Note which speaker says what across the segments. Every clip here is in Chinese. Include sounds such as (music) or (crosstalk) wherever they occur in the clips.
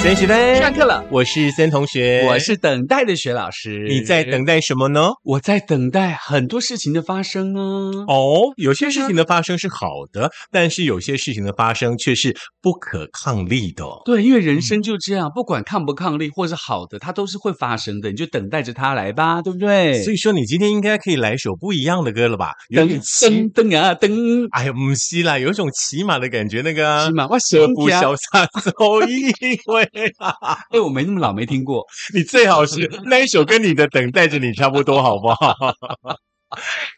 Speaker 1: 三十
Speaker 2: 上
Speaker 1: 分，
Speaker 2: 课了，
Speaker 1: 我是森同学，
Speaker 2: 我是等待的雪老师。
Speaker 1: 你在等？待什么呢？
Speaker 2: 我在等待很多事情的发生啊。
Speaker 1: 哦，有些事情的发生是好的，但是有些事情的发生却是不可抗力的哦。
Speaker 2: 对，因为人生就这样，不管抗不抗力或是好的，它都是会发生的，你就等待着它来吧，对不对？
Speaker 1: 所以说，你今天应该可以来首不一样的歌了吧？有
Speaker 2: 等
Speaker 1: 点骑
Speaker 2: 噔，噔啊噔，
Speaker 1: 哎呀，不是啦，有一种骑马的感觉，那个啊
Speaker 2: 起码我
Speaker 1: 何
Speaker 2: 舍
Speaker 1: 不潇洒 (laughs) 走一回啊！
Speaker 2: 哎，我没那么老，没听过。
Speaker 1: (laughs) 你最好
Speaker 2: (laughs)
Speaker 1: 是那一首跟你的《等待着你》差不多，好不好？ (laughs)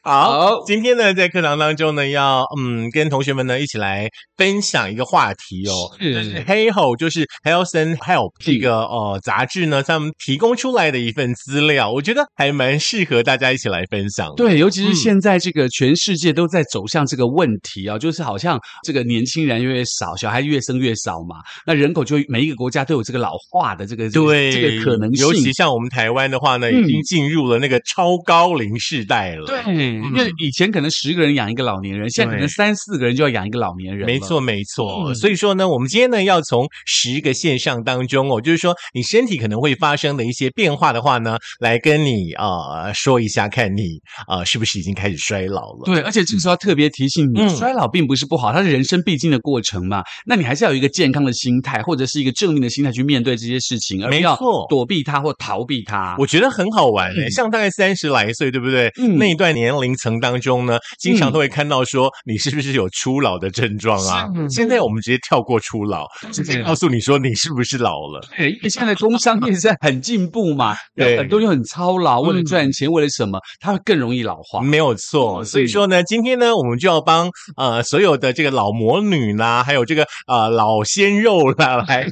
Speaker 1: 好，
Speaker 2: 好，
Speaker 1: 今天呢，在课堂当中呢，要嗯，跟同学们呢一起来分享一个话题哦。就是
Speaker 2: 是
Speaker 1: Hey Ho，就是 Health and Help 这个呃杂志呢，他们提供出来的一份资料，我觉得还蛮适合大家一起来分享的。
Speaker 2: 对，尤其
Speaker 1: 嗯
Speaker 2: 是现在这个全世界都在走向这个问题啊，就是好像这个年轻人越来越少，小孩越生越少嘛，那人口就每一个国家都有这个老化的这个这个
Speaker 1: 对，
Speaker 2: 这个可能性，
Speaker 1: 尤其像我们台湾的话呢，已
Speaker 2: 嗯
Speaker 1: 经进入了那个超高龄世代了。
Speaker 2: 对，。因为以前可能十个人养一个老年人，现在可
Speaker 1: 嗯对
Speaker 2: 能三四个人就要养一个老年人。
Speaker 1: 没，错，没错。
Speaker 2: 嗯
Speaker 1: 所以说呢，我们今天呢要从十个现象当中哦，就是说你身体可能会发生的一些变化的话呢，来跟你呃说一下，看你呃是不是已经开始衰老了。
Speaker 2: 对，而且这个时候要特别提醒你，
Speaker 1: 嗯
Speaker 2: 衰老并不是不好，它是人生必经的过程嘛。那你还是要有一个健康的心态，或者是一个正面的心态去面对这些事情，而不
Speaker 1: 没
Speaker 2: 要
Speaker 1: 错
Speaker 2: 躲避它或逃避它。
Speaker 1: 我觉得很好玩诶、
Speaker 2: 嗯
Speaker 1: 像大概三十来岁，对不对？
Speaker 2: 嗯
Speaker 1: 那一段年龄层当中呢，经常
Speaker 2: 嗯
Speaker 1: 都会看到说你是不是有初老的症状啊？
Speaker 2: 是
Speaker 1: 现在我们直接跳过初老，直接
Speaker 2: 对
Speaker 1: 告诉你说你是不是老了。
Speaker 2: 对，因为现在工商业是很进步
Speaker 1: (laughs)
Speaker 2: 嘛，
Speaker 1: 对
Speaker 2: 有很多人很操劳，为了
Speaker 1: 嗯
Speaker 2: 赚钱，为了什么，他会更容易老化。
Speaker 1: 没有错，
Speaker 2: 嗯
Speaker 1: 哦所以说呢，今天呢，我们就要帮呃所有的这个老魔女啦，还有这个呃老鲜肉啦， (laughs) 来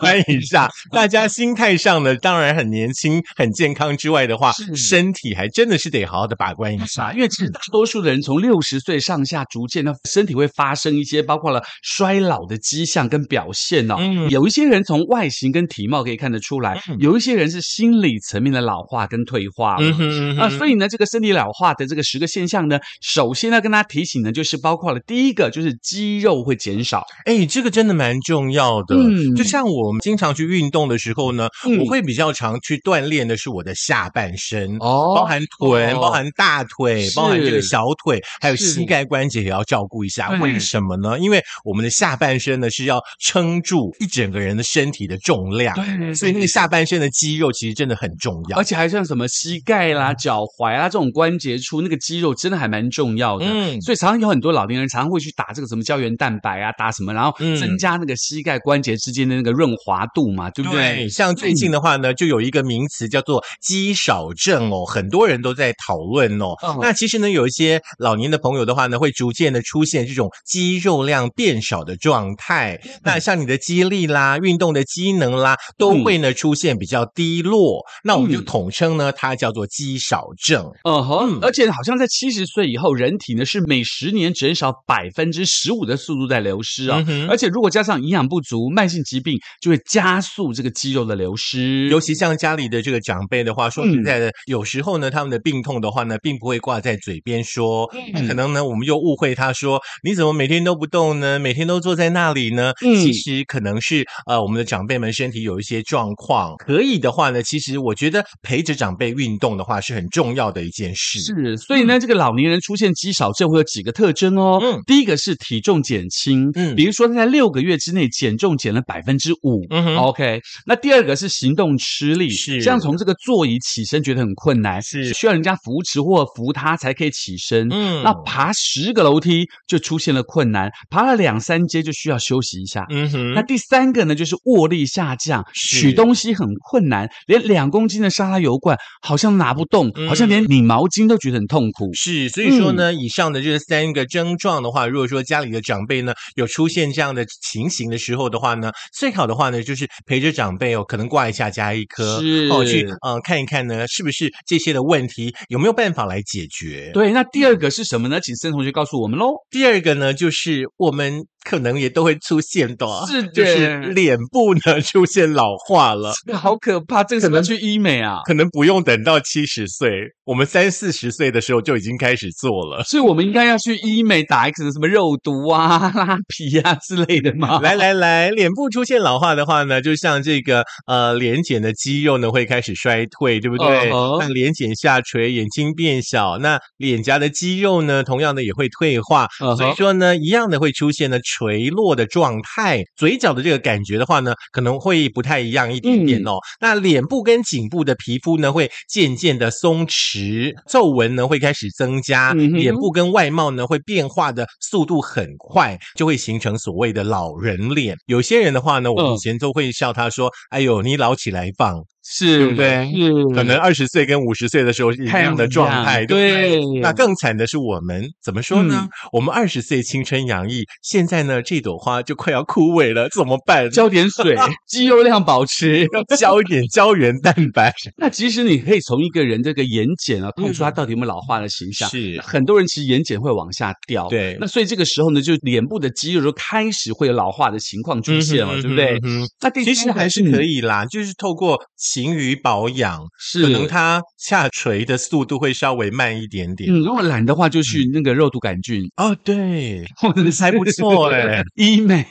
Speaker 1: 关一下大家心态上呢，当然很年轻、很健康之外的话，
Speaker 2: 是
Speaker 1: 身体还真的是得好好的把关一
Speaker 2: 是啊，
Speaker 1: 下。
Speaker 2: 因为其实大多数的人从六十岁上下，逐渐的身体会发生一些包括了衰老的迹象跟表现哦。
Speaker 1: 嗯
Speaker 2: 有一些人从外形跟体貌可以看得出来，
Speaker 1: 嗯
Speaker 2: 有一些人是心理层面的老化跟退化了。
Speaker 1: 嗯哼
Speaker 2: 啊，
Speaker 1: 嗯
Speaker 2: 所以呢，这个身体老化的这个十个现象呢，首先要跟大家提醒呢，就是包括了第一个就是肌肉会减少，
Speaker 1: 哎，这个真的蛮重要的。
Speaker 2: 嗯
Speaker 1: 就像我们经常去运动的时候呢，
Speaker 2: 嗯
Speaker 1: 我会比较常去锻炼的是我的下半身。
Speaker 2: 哦
Speaker 1: 包含臀、包含大腿、包含这个
Speaker 2: 是
Speaker 1: 小腿，还有
Speaker 2: 是嗯
Speaker 1: 膝盖关节也要照顾一下。
Speaker 2: 对
Speaker 1: 为什么呢？因为我们的下半身呢是要撑住一整个人的身体的重量，
Speaker 2: 对，
Speaker 1: 所以那个下半身的肌肉其实真的很重要
Speaker 2: 而。且还像什么膝盖啦、脚踝啦啊这种关节处，那个肌肉真的还蛮重要的。
Speaker 1: 嗯
Speaker 2: 所以常常有很多老年人常常会去打这个什么胶原蛋白啊，打什么，然后
Speaker 1: 嗯
Speaker 2: 增加那个膝盖关节之间的那个润滑度嘛，对不对？嗯
Speaker 1: 像最近的话呢，就有一个名词叫做肌少症哦，很多人都在讨论哦。
Speaker 2: 嗯
Speaker 1: 那其实呢，有一些老年的朋友的话呢，会逐渐的出现这种肌肉量变少的状态。
Speaker 2: 嗯
Speaker 1: 那像你的肌力啦、运动的机能啦，都会呢出现比较低落。那我们就
Speaker 2: 嗯
Speaker 1: 统称呢，它叫做肌少症。
Speaker 2: 嗯
Speaker 1: 嗯
Speaker 2: 哼，而且好像在七十岁以后，人体呢是每十年减少百分之十五的速度在流失啊、
Speaker 1: 嗯哼
Speaker 2: 而且如果加上营养不足、慢性疾病，就会加速这个肌肉的流失。
Speaker 1: 尤其像家里的这个长辈的话，说实
Speaker 2: 嗯
Speaker 1: 在的，有时候呢，他们的病痛的话呢，并不会挂在嘴边说，那可
Speaker 2: 嗯
Speaker 1: 能呢，我们又误会他说，你怎么每天都不动呢？每天都坐在那里呢？
Speaker 2: 嗯
Speaker 1: 其实可能是呃，我们的长辈们身体有一些状况，可以的话呢，其实我觉得陪着长辈运动的话是很重要的一件事。
Speaker 2: 是，所以呢，这个老年人出现肌少症会有几个特征哦。
Speaker 1: 嗯
Speaker 2: 第一个是体重减轻，
Speaker 1: 嗯
Speaker 2: 比如说他在六个月之内减重减了百分之五。
Speaker 1: 嗯哼
Speaker 2: OK，那第二个是行动吃力，
Speaker 1: 是
Speaker 2: 像从这个座椅起身觉得很困难，
Speaker 1: 是
Speaker 2: 需要人家扶持或扶他才可以起身。
Speaker 1: 嗯
Speaker 2: 那爬十个楼梯就出现了困难，爬了两三阶就需要休息一下。
Speaker 1: 嗯哼
Speaker 2: 那第三个呢，就是握力下降，
Speaker 1: 是
Speaker 2: 取东西很困难，连两公斤的沙拉油罐好像拿不动，好像连拧毛巾都觉得很痛苦。
Speaker 1: 嗯是，所以说呢，
Speaker 2: 嗯
Speaker 1: 以上的这三个症状的话，如果说家里的长辈呢有出现这样的情形的时候的话呢，最好的话呢就是陪着长辈哦，可能挂一下加一颗，哦，去
Speaker 2: 是
Speaker 1: 呃看一看呢，是不是这些的问题有没有办法来解决？嗯
Speaker 2: 对，那第二个是什么呢？请森同学告诉我们喽。
Speaker 1: 第二个呢，就是我们可能也都会出现的啊，
Speaker 2: 是的
Speaker 1: 就是脸部呢出现老化了。
Speaker 2: 这个好可怕，这个怎么去医美啊？
Speaker 1: 可能不用等到七十岁，我们三四十岁的时候就已经开始做了。
Speaker 2: 所以我们应该要去医美打 X 的什么肉毒啊、拉皮啊之类的吗？ (laughs)
Speaker 1: 来来来，脸部出现老化的话呢，就像这个呃脸睑的肌肉呢会开始衰退，对不对
Speaker 2: 嗯哼
Speaker 1: 那脸睑下垂，眼睛变小，那脸颊的肌肉呢，同样的也会退化。
Speaker 2: 嗯哼
Speaker 1: 所以说呢，一样的会出现呢垂落的状态，嘴角的这个感觉的话呢，可能会不太一样一点
Speaker 2: 嗯
Speaker 1: 点哦。那脸部跟颈部的皮肤呢，会渐渐的松弛，皱纹呢会开始增加，
Speaker 2: 嗯哼
Speaker 1: 脸部跟外貌呢会变化的速度很快，就会形成所谓的老人脸。有些人的话呢，我们
Speaker 2: 嗯
Speaker 1: 以前都会笑他说：“哎呦，你老起来棒。”
Speaker 2: 是，
Speaker 1: 对不对
Speaker 2: 是，
Speaker 1: 可能二十岁跟五十岁的时候是一
Speaker 2: 嗯太
Speaker 1: 样
Speaker 2: 不
Speaker 1: 的
Speaker 2: 一
Speaker 1: 状
Speaker 2: 样
Speaker 1: 态，对不对
Speaker 2: 对
Speaker 1: 那更惨的是我们，怎么说呢？
Speaker 2: 嗯
Speaker 1: 我们二十岁青春洋溢，现在呢这朵花就快要枯萎了，怎么办？
Speaker 2: 浇点水，肌肉量保持。 (laughs)
Speaker 1: 要浇一点 (laughs) 胶原蛋白，
Speaker 2: 那其实你可以从一个人这个眼睑啊，看出他
Speaker 1: 嗯
Speaker 2: 到底有没有老化的形象。
Speaker 1: 是
Speaker 2: 很多人其实眼睑会往下掉，
Speaker 1: 对
Speaker 2: 那所以这个时候呢，就脸部的肌肉就开始会有老化的情况出现了，
Speaker 1: 嗯哼
Speaker 2: 对不对？？
Speaker 1: 嗯哼
Speaker 2: 那第
Speaker 1: 其
Speaker 2: 三
Speaker 1: 实
Speaker 2: 个
Speaker 1: 还是可
Speaker 2: 嗯
Speaker 1: 以啦，就是透过勤于保养，
Speaker 2: 是
Speaker 1: 可能它下垂的速度会稍微慢一点点。
Speaker 2: 嗯，如果懒的话，就去那个肉毒杆菌，
Speaker 1: 哦，对，
Speaker 2: 或者是
Speaker 1: 还不
Speaker 2: (laughs)
Speaker 1: 错欸
Speaker 2: 医美。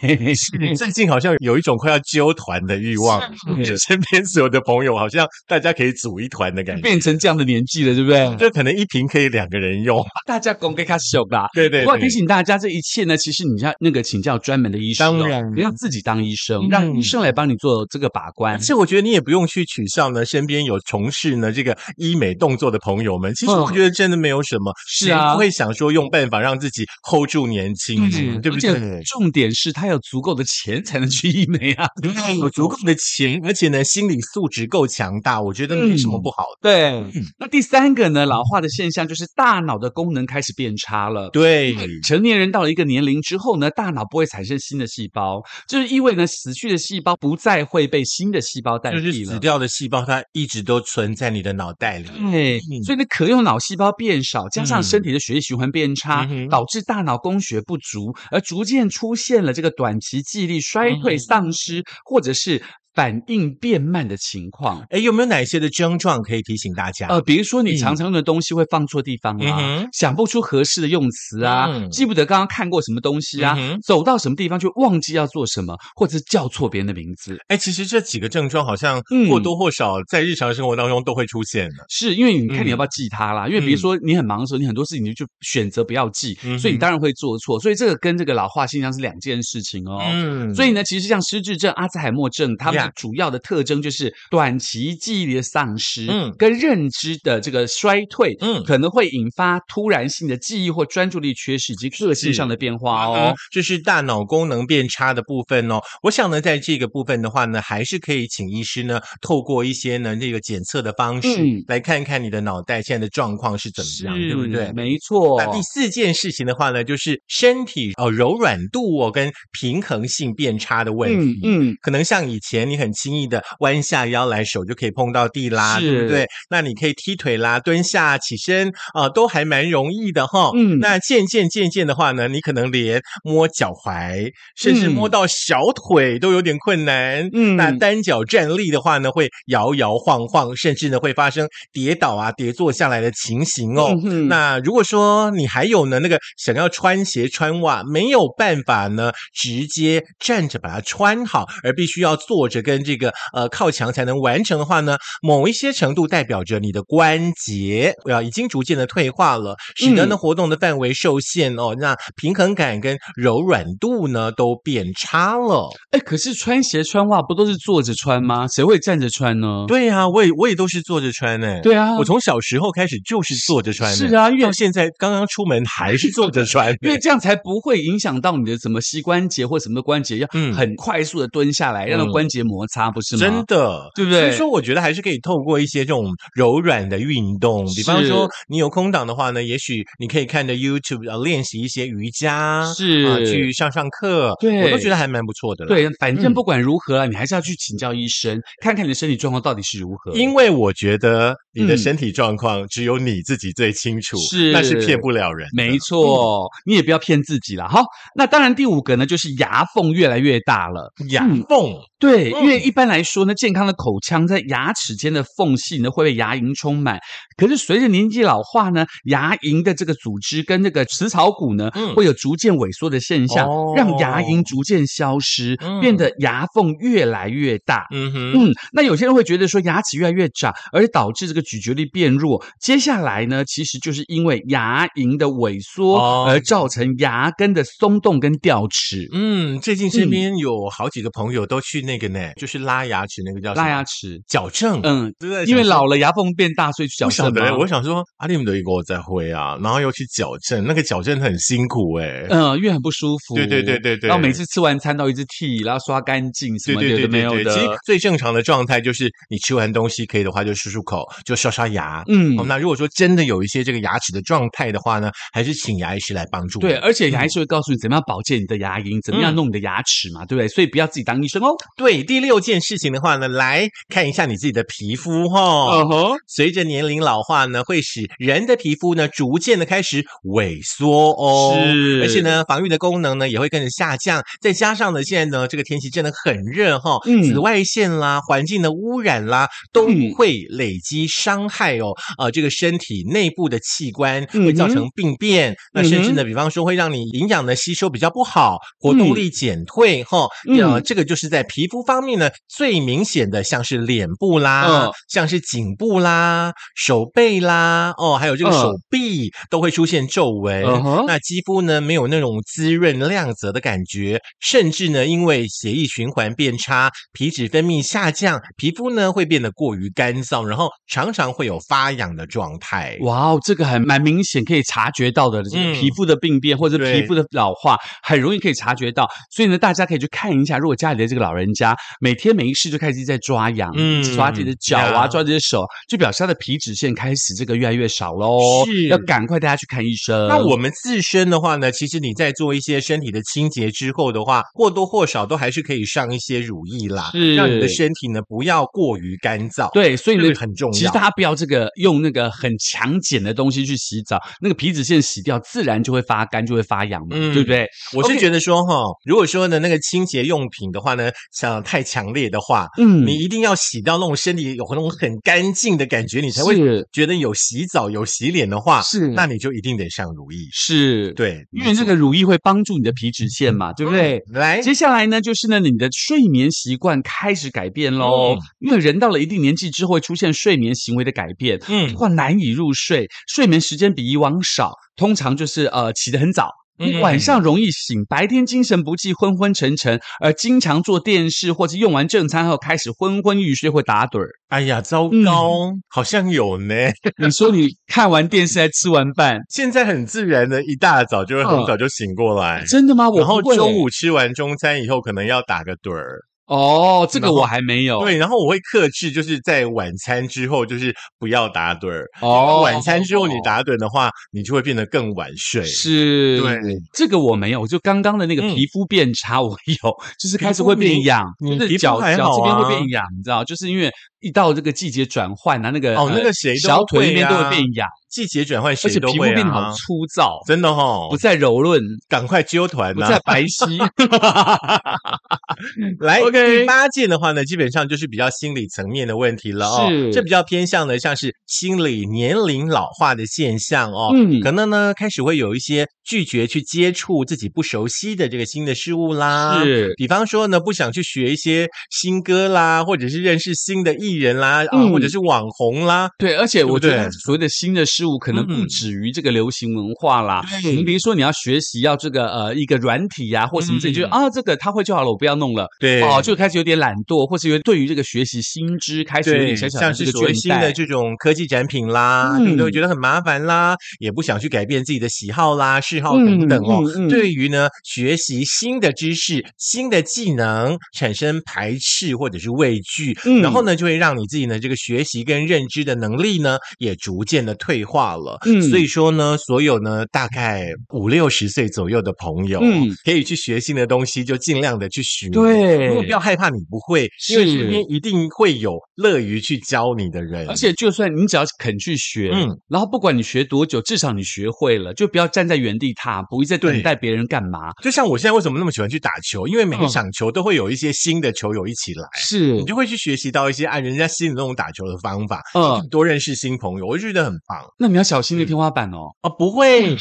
Speaker 1: 最近好像有一种快要揪团的欲望，
Speaker 2: 嗯是
Speaker 1: 身边所有的朋友好像大家可以组一团的感觉。
Speaker 2: (laughs) 变成这样的年纪了，对不对？
Speaker 1: 这可能一瓶可以两个人用，
Speaker 2: 大家公给他手吧。
Speaker 1: 对对
Speaker 2: 我要提醒大家，这一切呢，其实你要那个请教专门的医生哦，
Speaker 1: 当然
Speaker 2: 你要自己当医生，
Speaker 1: 嗯
Speaker 2: 让医生来帮你做这个把关
Speaker 1: 而。且我觉得你也不用去取笑呢，身边有从事呢这个医美动作的朋友们，其实我
Speaker 2: 嗯
Speaker 1: 觉得真的没有什么，
Speaker 2: 是啊
Speaker 1: 谁不会想说用办法让自己 hold 住年轻，对不
Speaker 2: 嗯
Speaker 1: 对
Speaker 2: 而且？重点是他有足够的钱才能去医美
Speaker 1: (laughs)
Speaker 2: 啊。
Speaker 1: 嗯有足够的钱，而且呢心理素质够强大，我觉得没
Speaker 2: 嗯
Speaker 1: 什么不好的。
Speaker 2: 对，那第三个呢，老化的现象就是大脑的功能开始变差了。
Speaker 1: 对，
Speaker 2: 成年人到了一个年龄之后呢，大脑不会产生新的细胞，就是意味呢，死去的细胞不再会被新的细胞代
Speaker 1: 就是
Speaker 2: 替
Speaker 1: 死
Speaker 2: 了。
Speaker 1: 掉的细胞，它一直都存在你的脑袋里。
Speaker 2: 对
Speaker 1: 嗯，
Speaker 2: 所以呢，可用脑细胞变少，加上
Speaker 1: 嗯
Speaker 2: 身体的血液循环变差
Speaker 1: 嗯，哼
Speaker 2: 导致大脑供血不足，而逐渐出现了这个短期记忆力衰退、
Speaker 1: 嗯
Speaker 2: 丧失，或者是反应变慢的情况。
Speaker 1: 哎，有没有哪些的症状可以提醒大家？
Speaker 2: 呃，比如说你
Speaker 1: 嗯
Speaker 2: 常常用的东西会放错地方啊，
Speaker 1: 嗯哼
Speaker 2: 想不出合适的用词啊，
Speaker 1: 嗯
Speaker 2: 记不得刚刚看过什么东西啊，
Speaker 1: 嗯哼
Speaker 2: 走到什么地方就忘记要做什么，或者是叫错别人的名字。
Speaker 1: 哎，其实这几个症状好像
Speaker 2: 嗯
Speaker 1: 或多或少在日常生活当中都会出现的。
Speaker 2: 是因为你看
Speaker 1: 嗯
Speaker 2: 你要不要记它啦？因为比如说你很忙的时候，你很多事情你就选择不要记，
Speaker 1: 嗯哼
Speaker 2: 所以你当然会做错。所以这个跟这个老化现象是两件事情哦。
Speaker 1: 嗯
Speaker 2: 所以呢，其实像失智症、阿兹海默症，它们
Speaker 1: 呀
Speaker 2: 的主要的特征就是短期记忆力的丧失，
Speaker 1: 嗯
Speaker 2: 跟认知的这个衰退，
Speaker 1: 嗯
Speaker 2: 可能会引发突然性的记忆或专注力缺失以及个性
Speaker 1: 是
Speaker 2: 上的变化
Speaker 1: 哦
Speaker 2: 哦。，
Speaker 1: 这是大脑功能变差的部分哦。我想呢，在这个部分的话呢，还是可以请医师呢，透过一些呢这个检测的方式，
Speaker 2: 嗯
Speaker 1: 来看看你的脑袋现在的状况是怎么样，对不
Speaker 2: 是
Speaker 1: 对？
Speaker 2: 没错
Speaker 1: 那。第四件事情的话呢，就是身体哦柔软度哦跟平衡性变差的问
Speaker 2: 嗯
Speaker 1: 题。
Speaker 2: 嗯，
Speaker 1: 可能像以前你很轻易的弯下腰来，手就可以碰到地啦，
Speaker 2: 是
Speaker 1: 对不对？那你可以踢腿啦、蹲下、起身啊、都还蛮容易的哈。
Speaker 2: 嗯
Speaker 1: 那渐渐渐渐的话呢，你可能连摸脚踝，甚至
Speaker 2: 嗯
Speaker 1: 摸到小腿都有点困难。
Speaker 2: 嗯
Speaker 1: 那单脚站立的话呢，会摇摇晃晃，甚至呢会发生跌倒啊、跌坐下来的情形哦。
Speaker 2: 嗯哼
Speaker 1: 那如果说你还有呢，那个想要穿鞋穿袜没有办法呢，直接站着把它穿好，而必须要坐着跟这个呃靠墙才能完成的话呢，某一些程度代表着你的关节啊已经逐渐的退化了，使得
Speaker 2: 嗯
Speaker 1: 呢活动的范围受限哦，那平衡感跟柔软度呢都变差了。
Speaker 2: 哎，可是穿鞋穿袜不都是坐着穿吗？谁会站着穿呢？
Speaker 1: 对啊，我也我也都是坐着穿呢、
Speaker 2: 对啊
Speaker 1: 我从小时候开始就是坐着穿、
Speaker 2: 是，啊，因为
Speaker 1: 到现在刚刚出门还是坐着穿、
Speaker 2: (laughs) 因为这样才不会影响到你的什么膝关节或什么的关节，要
Speaker 1: 嗯
Speaker 2: 很快速的蹲下来，让
Speaker 1: 嗯
Speaker 2: 关节摩擦，不是吗？
Speaker 1: 真的，
Speaker 2: 对不对
Speaker 1: 所以说，我觉得还是可以透过一些这种柔软的运动，比方
Speaker 2: 是
Speaker 1: 说你有空档的话呢，也许你可以看着 YouTube 呃练习一些瑜伽，
Speaker 2: 是
Speaker 1: 啊去上上课，
Speaker 2: 对
Speaker 1: 我都觉得还蛮不错的啦。
Speaker 2: 对，反正
Speaker 1: 嗯
Speaker 2: 不管如何啊，你还是要去请教医生，看看你的身体状况到底是如何。
Speaker 1: 因为我觉得你的
Speaker 2: 嗯
Speaker 1: 身体状况只有你自己最清楚，
Speaker 2: 是
Speaker 1: 那是骗不了人的。
Speaker 2: 没
Speaker 1: 嗯
Speaker 2: 错，你也不要骗自己啦。好，那当然第五个呢，就是牙缝越来越大了。
Speaker 1: 牙
Speaker 2: 嗯
Speaker 1: 缝
Speaker 2: 对，
Speaker 1: 嗯
Speaker 2: 因为一般来说呢，健康的口腔在牙齿间的缝隙呢会被牙龈充满。可是随着年纪老化呢，牙龈的这个组织跟那个齿槽骨呢，
Speaker 1: 嗯
Speaker 2: 会有逐渐萎缩的现象，
Speaker 1: 哦
Speaker 2: 让牙龈逐渐消失，
Speaker 1: 嗯
Speaker 2: 变得牙缝越来越大。
Speaker 1: 嗯哼，
Speaker 2: 嗯，那有些人会觉得说牙齿越来越长，而导致这个咀嚼力变弱。接下来呢，其实就是因为牙龈的萎缩
Speaker 1: 哦
Speaker 2: 而造成牙根的松动跟掉齿。
Speaker 1: 嗯，最近身
Speaker 2: 嗯
Speaker 1: 边有好几个朋友都去那个呢，就是拉牙齿那个叫什么
Speaker 2: 拉牙齿，
Speaker 1: 矫正，
Speaker 2: 嗯，
Speaker 1: 对不对，
Speaker 2: 因为
Speaker 1: 想说
Speaker 2: 老了牙缝变大，所以去矫
Speaker 1: 不晓
Speaker 2: 正吗
Speaker 1: 得，我想说阿利姆的一我在挥啊，然后又去矫正，那个矫正很辛苦哎、
Speaker 2: 嗯，因为很不舒服。
Speaker 1: 对对对对对
Speaker 2: 然后每次吃完餐都一直剃，然后刷干净什
Speaker 1: 对
Speaker 2: 么的，
Speaker 1: 对对
Speaker 2: 有的没
Speaker 1: 对
Speaker 2: 有
Speaker 1: 对，其实
Speaker 2: 的。
Speaker 1: 最正常的状态就是你吃完东西可以的话就漱漱口，就刷刷牙。
Speaker 2: 嗯
Speaker 1: 好，那如果说真的有一些这个牙齿的状态的话呢，还是请牙医师来帮助你。
Speaker 2: 对，而且
Speaker 1: 嗯
Speaker 2: 还是会告诉你怎么样保健你的牙龈，怎么样弄你的牙齿嘛，对不对？所以不要自己当医生哦。
Speaker 1: 对，第六件事情的话呢，来看一下你自己的皮肤哈、
Speaker 2: 吼，
Speaker 1: 随着年龄老化呢，会使人的皮肤呢逐渐的开始萎缩哦，
Speaker 2: 是
Speaker 1: 而且呢，防御的功能呢也会跟着下降。再加上呢，现在呢这个天气真的很热哈、
Speaker 2: 嗯
Speaker 1: 紫外线啦、环境的污染啦，都
Speaker 2: 嗯
Speaker 1: 会累积伤害哦，呃，这个身体内部的器官
Speaker 2: 嗯哼嗯
Speaker 1: 会造成病变，那甚至呢，比方说会让你营养的吸收比较不好，活动力减退哈、
Speaker 2: 嗯
Speaker 1: 呃，这个就是在皮肤方面呢最明显的，像是脸部啦。啊，
Speaker 2: 嗯
Speaker 1: 像是颈部啦、手背啦，哦，还有这个
Speaker 2: 嗯
Speaker 1: 手臂、都会出现皱纹。
Speaker 2: 嗯哼
Speaker 1: 那肌肤呢，没有那种滋润亮泽的感觉，甚至呢，因为血液循环变差，皮脂分泌下降，皮肤呢会变得过于干燥，然后常常会有发痒的状态。
Speaker 2: 哇哦，这个还蛮明显，可以察觉到的，这个
Speaker 1: 嗯
Speaker 2: 皮肤的病变或者
Speaker 1: 对
Speaker 2: 皮肤的老化，很容易可以察觉到。所以呢，大家可以去看一下，如果家里的这个老人家每天没事就开始在抓痒，
Speaker 1: 嗯
Speaker 2: 抓自己的脚啊，
Speaker 1: 呀
Speaker 2: 抓自己的手，就表示他的皮脂腺开始这个越来越少喽，
Speaker 1: 是
Speaker 2: 要赶快带他去看医生。
Speaker 1: 那我们自身的话呢，其实你在做一些身体的清洁之后的话，或多或少都还是可以上一些乳液啦，
Speaker 2: 是
Speaker 1: 让你的身体呢不要过于干燥。，
Speaker 2: 对，所以
Speaker 1: 这
Speaker 2: 呢
Speaker 1: 个很重要
Speaker 2: 其实大家不要这个用那个很强碱的东西去洗澡，那个皮脂腺洗掉，自然就会发干，就会发痒嘛，
Speaker 1: 嗯
Speaker 2: 对不对？
Speaker 1: 我是
Speaker 2: OK
Speaker 1: 觉得说哈如果说呢那个清洁用品的话呢，想太强烈的话，
Speaker 2: 嗯
Speaker 1: 你一定要洗到那种身体有那种很干净的感觉，你才会
Speaker 2: 是
Speaker 1: 觉得有洗澡有洗脸的话，
Speaker 2: 是
Speaker 1: 那你就一定得上乳液。
Speaker 2: 啊是，。
Speaker 1: 对，
Speaker 2: 因为这个乳液会帮助你的皮脂腺嘛，对不对？
Speaker 1: 来，
Speaker 2: 接下来呢，就是呢，你的睡眠习惯开始改变喽。
Speaker 1: 嗯
Speaker 2: 因为人到了一定年纪之后，会出现睡眠行为的改变，
Speaker 1: 嗯
Speaker 2: 包括难以入睡，睡眠时间比以往少，通常就是呃起得很早。你
Speaker 1: 嗯
Speaker 2: 晚上容易醒，白天精神不济、昏昏沉沉，而经常做电视或者用完正餐后开始昏昏欲睡或打盹儿。
Speaker 1: (laughs) 哎呀，糟
Speaker 2: 嗯
Speaker 1: 糕，好像有呢。
Speaker 2: 你说你看完电视还吃完饭，
Speaker 1: 现在很自然的，一大早就会很
Speaker 2: 嗯
Speaker 1: 早就醒过来，
Speaker 2: 真的吗？我
Speaker 1: 然后
Speaker 2: 不会欸
Speaker 1: 中午吃完中餐以后，可能要打个盹儿。
Speaker 2: 哦，这
Speaker 1: 然
Speaker 2: 个
Speaker 1: 后
Speaker 2: 我还没有。
Speaker 1: 对，然后我会克制，就是在晚餐之后，就是不要打盹儿。
Speaker 2: 哦
Speaker 1: 晚餐之后你打盹的话，你就会变得更晚睡。
Speaker 2: 是，
Speaker 1: 对，
Speaker 2: 这个我没有，就刚刚的那个
Speaker 1: 嗯
Speaker 2: 皮肤变差我有， (laughs) 就是开始
Speaker 1: 皮肤
Speaker 2: 会
Speaker 1: 你
Speaker 2: 变痒，
Speaker 1: 你皮
Speaker 2: 就是
Speaker 1: 肤
Speaker 2: 脚
Speaker 1: 还
Speaker 2: 脚
Speaker 1: 好
Speaker 2: 这边
Speaker 1: 啊
Speaker 2: 会变痒，你知道，就是因为一到这个季节转换啊，那个
Speaker 1: 哦，
Speaker 2: 呃
Speaker 1: 那个谁都
Speaker 2: 小腿那边都
Speaker 1: 啊
Speaker 2: 会变痒，，
Speaker 1: 季节转换
Speaker 2: 而
Speaker 1: 谁
Speaker 2: 且
Speaker 1: 都
Speaker 2: 皮肤
Speaker 1: 会
Speaker 2: 变得好
Speaker 1: 啊，
Speaker 2: 粗糙，
Speaker 1: 真的哦，
Speaker 2: 不再柔润，
Speaker 1: 赶快揪团
Speaker 2: 不
Speaker 1: (laughs) 呐、
Speaker 2: 再白皙。
Speaker 1: 来
Speaker 2: OK
Speaker 1: 第八件的话呢，基本上就是比较心理层面的问题了哦。
Speaker 2: 是
Speaker 1: 这比较偏向呢，像是心理年龄老化的现象哦。
Speaker 2: 嗯
Speaker 1: 可能呢开始会有一些拒绝去接触自己不熟悉的这个新的事物啦。。
Speaker 2: 是，
Speaker 1: 比方说呢，不想去学一些新歌啦，或者是认识新的艺人啦，啊、
Speaker 2: 嗯
Speaker 1: 或者是网红啦，
Speaker 2: 对，而且
Speaker 1: 不
Speaker 2: 我觉得
Speaker 1: 对
Speaker 2: 它所谓的新的事物，可能不
Speaker 1: 嗯
Speaker 2: 止于这个流行文化啦。
Speaker 1: 对
Speaker 2: 你比如说，你要学习要这个呃一个软体呀、或什么之类，就
Speaker 1: 嗯
Speaker 2: 啊这个他会就好了，我不要弄了，
Speaker 1: 对
Speaker 2: 哦，就开始有点懒惰，或是有对于这个学习新知开始有
Speaker 1: 对，
Speaker 2: 点小小的
Speaker 1: 像
Speaker 2: 这
Speaker 1: 是
Speaker 2: 个
Speaker 1: 所谓
Speaker 2: 倦
Speaker 1: 新的
Speaker 2: 怠。
Speaker 1: 这种科技展品啦，对不对？
Speaker 2: 嗯
Speaker 1: 觉得很麻烦啦，也不想去改变自己的喜好啦、嗜好等等哦。
Speaker 2: 嗯嗯嗯
Speaker 1: 对于呢，学习新的知识、新的技能产生排斥或者是畏惧，
Speaker 2: 嗯
Speaker 1: 然后呢，就会让你自己呢这个学习跟认知的能力呢也逐渐的退化了。
Speaker 2: 嗯
Speaker 1: 所以说呢，所有呢大概五六十岁左右的朋友，
Speaker 2: 嗯
Speaker 1: 可以去学新的东西，就尽量的去学。
Speaker 2: 对
Speaker 1: 如果不要害怕你不会，因为
Speaker 2: 是
Speaker 1: 身边一定会有乐于去教你的人，
Speaker 2: 而且，就算你只要肯去学，
Speaker 1: 嗯
Speaker 2: 然后不管你学多久，至少你学会了，就不要站在原地踏步，一直在
Speaker 1: 对哎
Speaker 2: 等待别人干嘛？
Speaker 1: 就像我现在为什么那么喜欢去打球，因为每一
Speaker 2: 嗯
Speaker 1: 场球都会有一些新的球友一起来。
Speaker 2: 是
Speaker 1: 你就会去学习到一些按啊人家新的那种打球的方法，
Speaker 2: 嗯
Speaker 1: 嗯，多认识新朋友，我就觉得很棒啊、
Speaker 2: 那你要小心那天花板哦。
Speaker 1: 不会，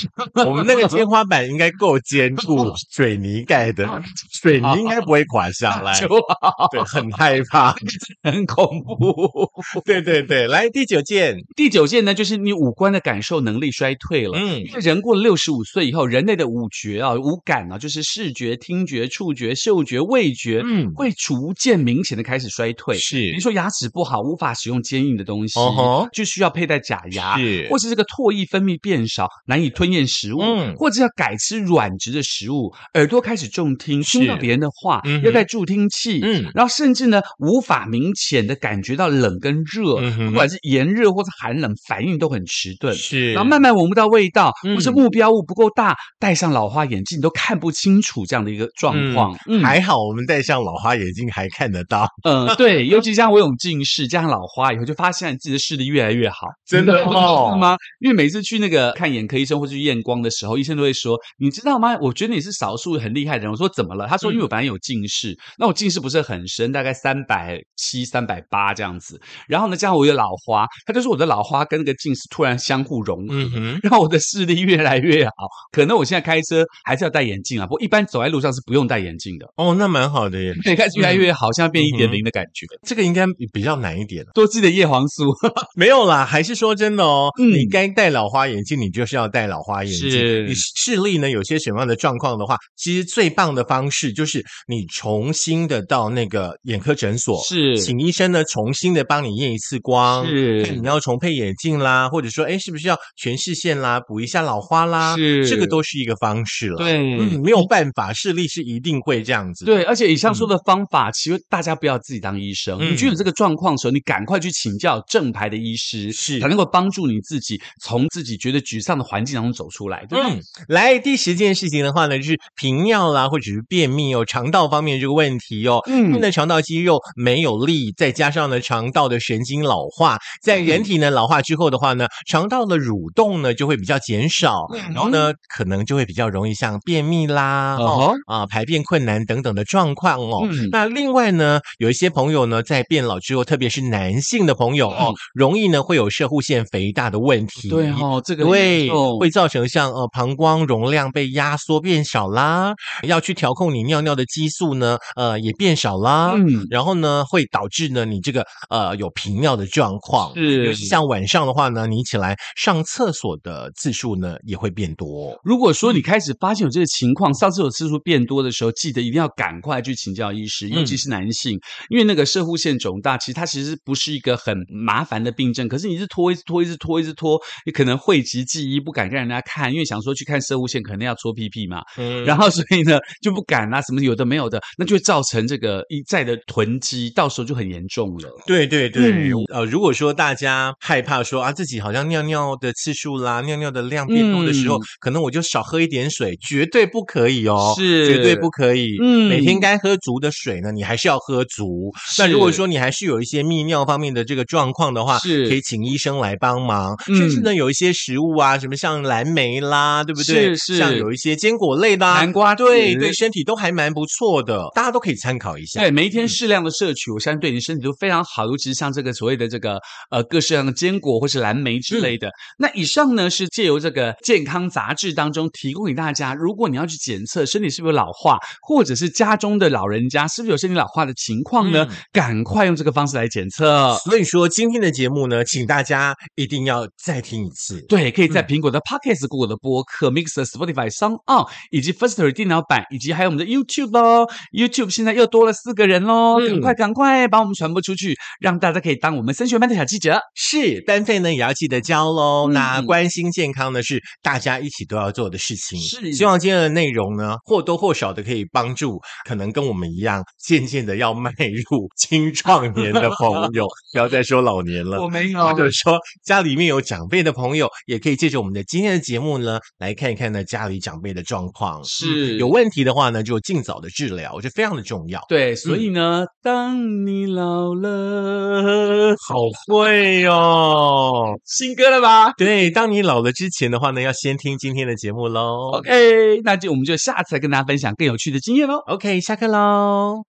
Speaker 1: 我们那个天花板应该够坚 (laughs) 固，水泥盖的，水泥应该不会垮下来。
Speaker 2: 就 (laughs)
Speaker 1: 对，很害怕。
Speaker 2: 很恐怖。
Speaker 1: 对对对，来第九件，
Speaker 2: 第九件呢，就是你五官的感受能力衰退了。
Speaker 1: (laughs) 嗯，
Speaker 2: 人过了六十五岁以后，人类的五觉啊、五感啊，就是视觉、听觉、触觉、嗅觉、味觉，
Speaker 1: 嗯
Speaker 2: 会逐渐明显的开始衰退。比
Speaker 1: 是
Speaker 2: 如说牙齿不好，无法使用坚硬的东西
Speaker 1: 哦吼
Speaker 2: 就需要佩戴假牙，
Speaker 1: 是
Speaker 2: 或是这个唾液分泌变少，难以吞咽食物，
Speaker 1: 嗯
Speaker 2: 或者要改吃软质的食物，耳朵开始重听，听到
Speaker 1: 是
Speaker 2: 别人的话，
Speaker 1: 嗯哼
Speaker 2: 要戴助听器，
Speaker 1: 嗯
Speaker 2: 然后甚至呢，无法明显的感觉到冷跟热，
Speaker 1: 嗯哼
Speaker 2: 不管是炎热或是寒冷，反应都很迟钝。
Speaker 1: 是，
Speaker 2: 然后慢慢闻不到味道，或是
Speaker 1: 嗯
Speaker 2: 目标物不够大，戴上老花眼镜都看不清楚这样的一个状况。嗯
Speaker 1: 还好我们戴上老花眼镜还看得到，
Speaker 2: 嗯，对，尤其像我有近视，加上老花以后，就发现自己的视力越来越好。
Speaker 1: 真的
Speaker 2: 你知
Speaker 1: 哦
Speaker 2: 道吗？因为每次去那个看眼科医生或去验光的时候，医生都会说：“你知道吗？我觉得你是少数很厉害的人。”我说：“怎么了？”他说：“因为我本来有近视，那我近视不是很深，大概三百七、三百八这样子。然后呢，加上我有老花，他就说我的老花跟那个近视突然相互融合。
Speaker 1: 嗯哼，
Speaker 2: 让我的视力越来越好，可能我现在开车还是要戴眼镜啊，不过一般走在路上是不用戴眼镜的。
Speaker 1: 哦，那蛮好的耶。
Speaker 2: 对，开始越来越好，像变一点零的感觉。
Speaker 1: 这个应该比较难一点，
Speaker 2: 多记得叶黄素。
Speaker 1: 没有啦，还是说真的哦，
Speaker 2: 嗯
Speaker 1: 你该戴老花眼镜，你就是要戴老花眼
Speaker 2: 是
Speaker 1: 镜。你视力呢有些什么样的状况的话，其实最棒的方式就是你重新的到那个眼科诊所，
Speaker 2: 是
Speaker 1: 请医生呢重新的帮你验一次光，看
Speaker 2: 是
Speaker 1: 你要重配眼镜啦，或者说，哎，是不是要全视线啦，补一下老花啦？
Speaker 2: 是
Speaker 1: 这个都是一个方式了。，
Speaker 2: 对
Speaker 1: 嗯，没有办法，视力是一定会这样子的。
Speaker 2: 对，而且以上说的方法，其实大家不要自己当医生。
Speaker 1: 嗯
Speaker 2: 你觉得有这个状况的时候，你赶快去请教正牌的医师，
Speaker 1: 是
Speaker 2: 才能够帮助你自己从自己觉得沮丧的环境当中走出来，对不对？
Speaker 1: 嗯，来第十件事情的话呢，就是频尿啦，或者是便秘哦，肠道方面这个问题哦。因为
Speaker 2: 嗯
Speaker 1: 呢，肠道肌肉没有力，再加上呢，肠道的神经老化，在
Speaker 2: 嗯
Speaker 1: 人体呢老化之后的话呢，肠道的蠕动呢就会比较减少，
Speaker 2: 嗯
Speaker 1: 然后呢，可能就会比较容易像便秘啦，
Speaker 2: 哦
Speaker 1: 哦
Speaker 2: 吼
Speaker 1: 啊，排便困难等等的状况哦。
Speaker 2: 嗯
Speaker 1: 那另外呢，有一些朋友呢，在变老之后，特别是男性的朋友哦，
Speaker 2: 嗯
Speaker 1: 容易呢会有射护腺肥大的问题。
Speaker 2: 对哦，这个
Speaker 1: 对，会
Speaker 2: 会
Speaker 1: 造成像呃膀胱容量被压缩变少啦，要去调控你尿尿的激素呢，呃也变少啦。
Speaker 2: 嗯
Speaker 1: 然后呢，会导致呢你这个呃有频尿的状况，尤
Speaker 2: 是
Speaker 1: 其像晚上的话呢，你起来上厕所的次数呢也会变多。
Speaker 2: 如果说你开始发现有这个情况，上厕所次数变多的时候，记得一定要赶快去请教医师，尤其是男性，因为那个射护腺肿大，其实它其实不是一个很麻烦的病症，可是你一直拖，一直拖，一直拖，一直拖，你可能讳疾忌医，不敢让人家看，因为想说去看射护腺可能要搓屁屁嘛，
Speaker 1: 嗯
Speaker 2: 然后所以呢就不敢啊啦、什么有的没有的，那就会造成这个一再的囤积，到时候就很严重了。
Speaker 1: 对对对，
Speaker 2: 嗯
Speaker 1: 呃，如果说大家害怕说啊自己好像尿尿的次数啦、尿尿的量变多的时候，
Speaker 2: 嗯
Speaker 1: 可能我就少喝一点水，绝对不可以哦，
Speaker 2: 是
Speaker 1: 绝对不可以。
Speaker 2: 嗯
Speaker 1: 每天该喝足的水呢，你还是要喝足。那如果
Speaker 2: 是
Speaker 1: 说你还是有一些泌尿方面的这个状况的话，
Speaker 2: 是嗯
Speaker 1: 可以请医生来帮忙。甚至呢，有一些食物啊，什么像蓝莓啦，对不对？
Speaker 2: 是是
Speaker 1: 像有一些坚果类的啊、
Speaker 2: 南瓜
Speaker 1: 对
Speaker 2: 子
Speaker 1: 对，身体都还蛮不错的，大家都可以参考一下。嗯
Speaker 2: 对，每一天适量的摄取，我相信对你身体都非常好，尤其是像这个所谓的这个呃各式各样的坚果或是蓝莓之
Speaker 1: 嗯
Speaker 2: 类的。那以上呢是借由这个健康杂志当中提供给大家，如果你要去检测身体是不是有老化，或者是家中的老人家是不是有身体老化的情况呢，
Speaker 1: 嗯
Speaker 2: 赶快用这个方式来检测。
Speaker 1: 所以说今天的节目呢，请大家一定要再听一次。
Speaker 2: 对，可以在
Speaker 1: 嗯
Speaker 2: 苹果的 Podcast、Google 的播客、Mixer、Spotify、s o n g On 以及 Firstory 电脑版，以及还有我们的 YouTube 哦。 YouTube 现在又多了四个人喽，
Speaker 1: 嗯
Speaker 2: 赶快赶快把我们传播出去，让大家可以当我们升学班的小记者。
Speaker 1: 是班费呢也要记得交喽。
Speaker 2: 嗯
Speaker 1: 那关心健康呢是大家一起都要做的事情。
Speaker 2: 是
Speaker 1: 希望今天的内容呢或多或少的可以帮助可能跟我们一样，渐渐的要迈入青壮年的朋
Speaker 2: (laughs)
Speaker 1: 友，不要再说老年了。
Speaker 2: 没
Speaker 1: 或者说家里面有长辈的朋友，也可以借着我们的今天的节目呢，来看一看呢家里长辈的状况。
Speaker 2: 是
Speaker 1: 嗯有问题的话呢，就尽早的治疗，这非常的重要。
Speaker 2: 对，所以
Speaker 1: 嗯
Speaker 2: 呢，当你老了，
Speaker 1: 好会哦！
Speaker 2: 新歌了吧
Speaker 1: 对，当你老了之前的话呢，要先听今天的节目喽。
Speaker 2: ？OK，那就我们就下次来跟大家分享更有趣的经验喽。
Speaker 1: OK，下课喽。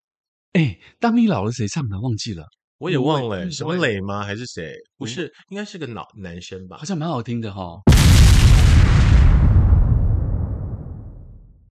Speaker 2: 哎，当你老了谁唱的忘记了，
Speaker 1: 我也忘了
Speaker 2: 嗯
Speaker 1: 欸，什么
Speaker 2: 对
Speaker 1: 磊吗？还是谁？不
Speaker 2: 嗯
Speaker 1: 是，应该是个老男生吧
Speaker 2: 好？像蛮好听的哈、哦。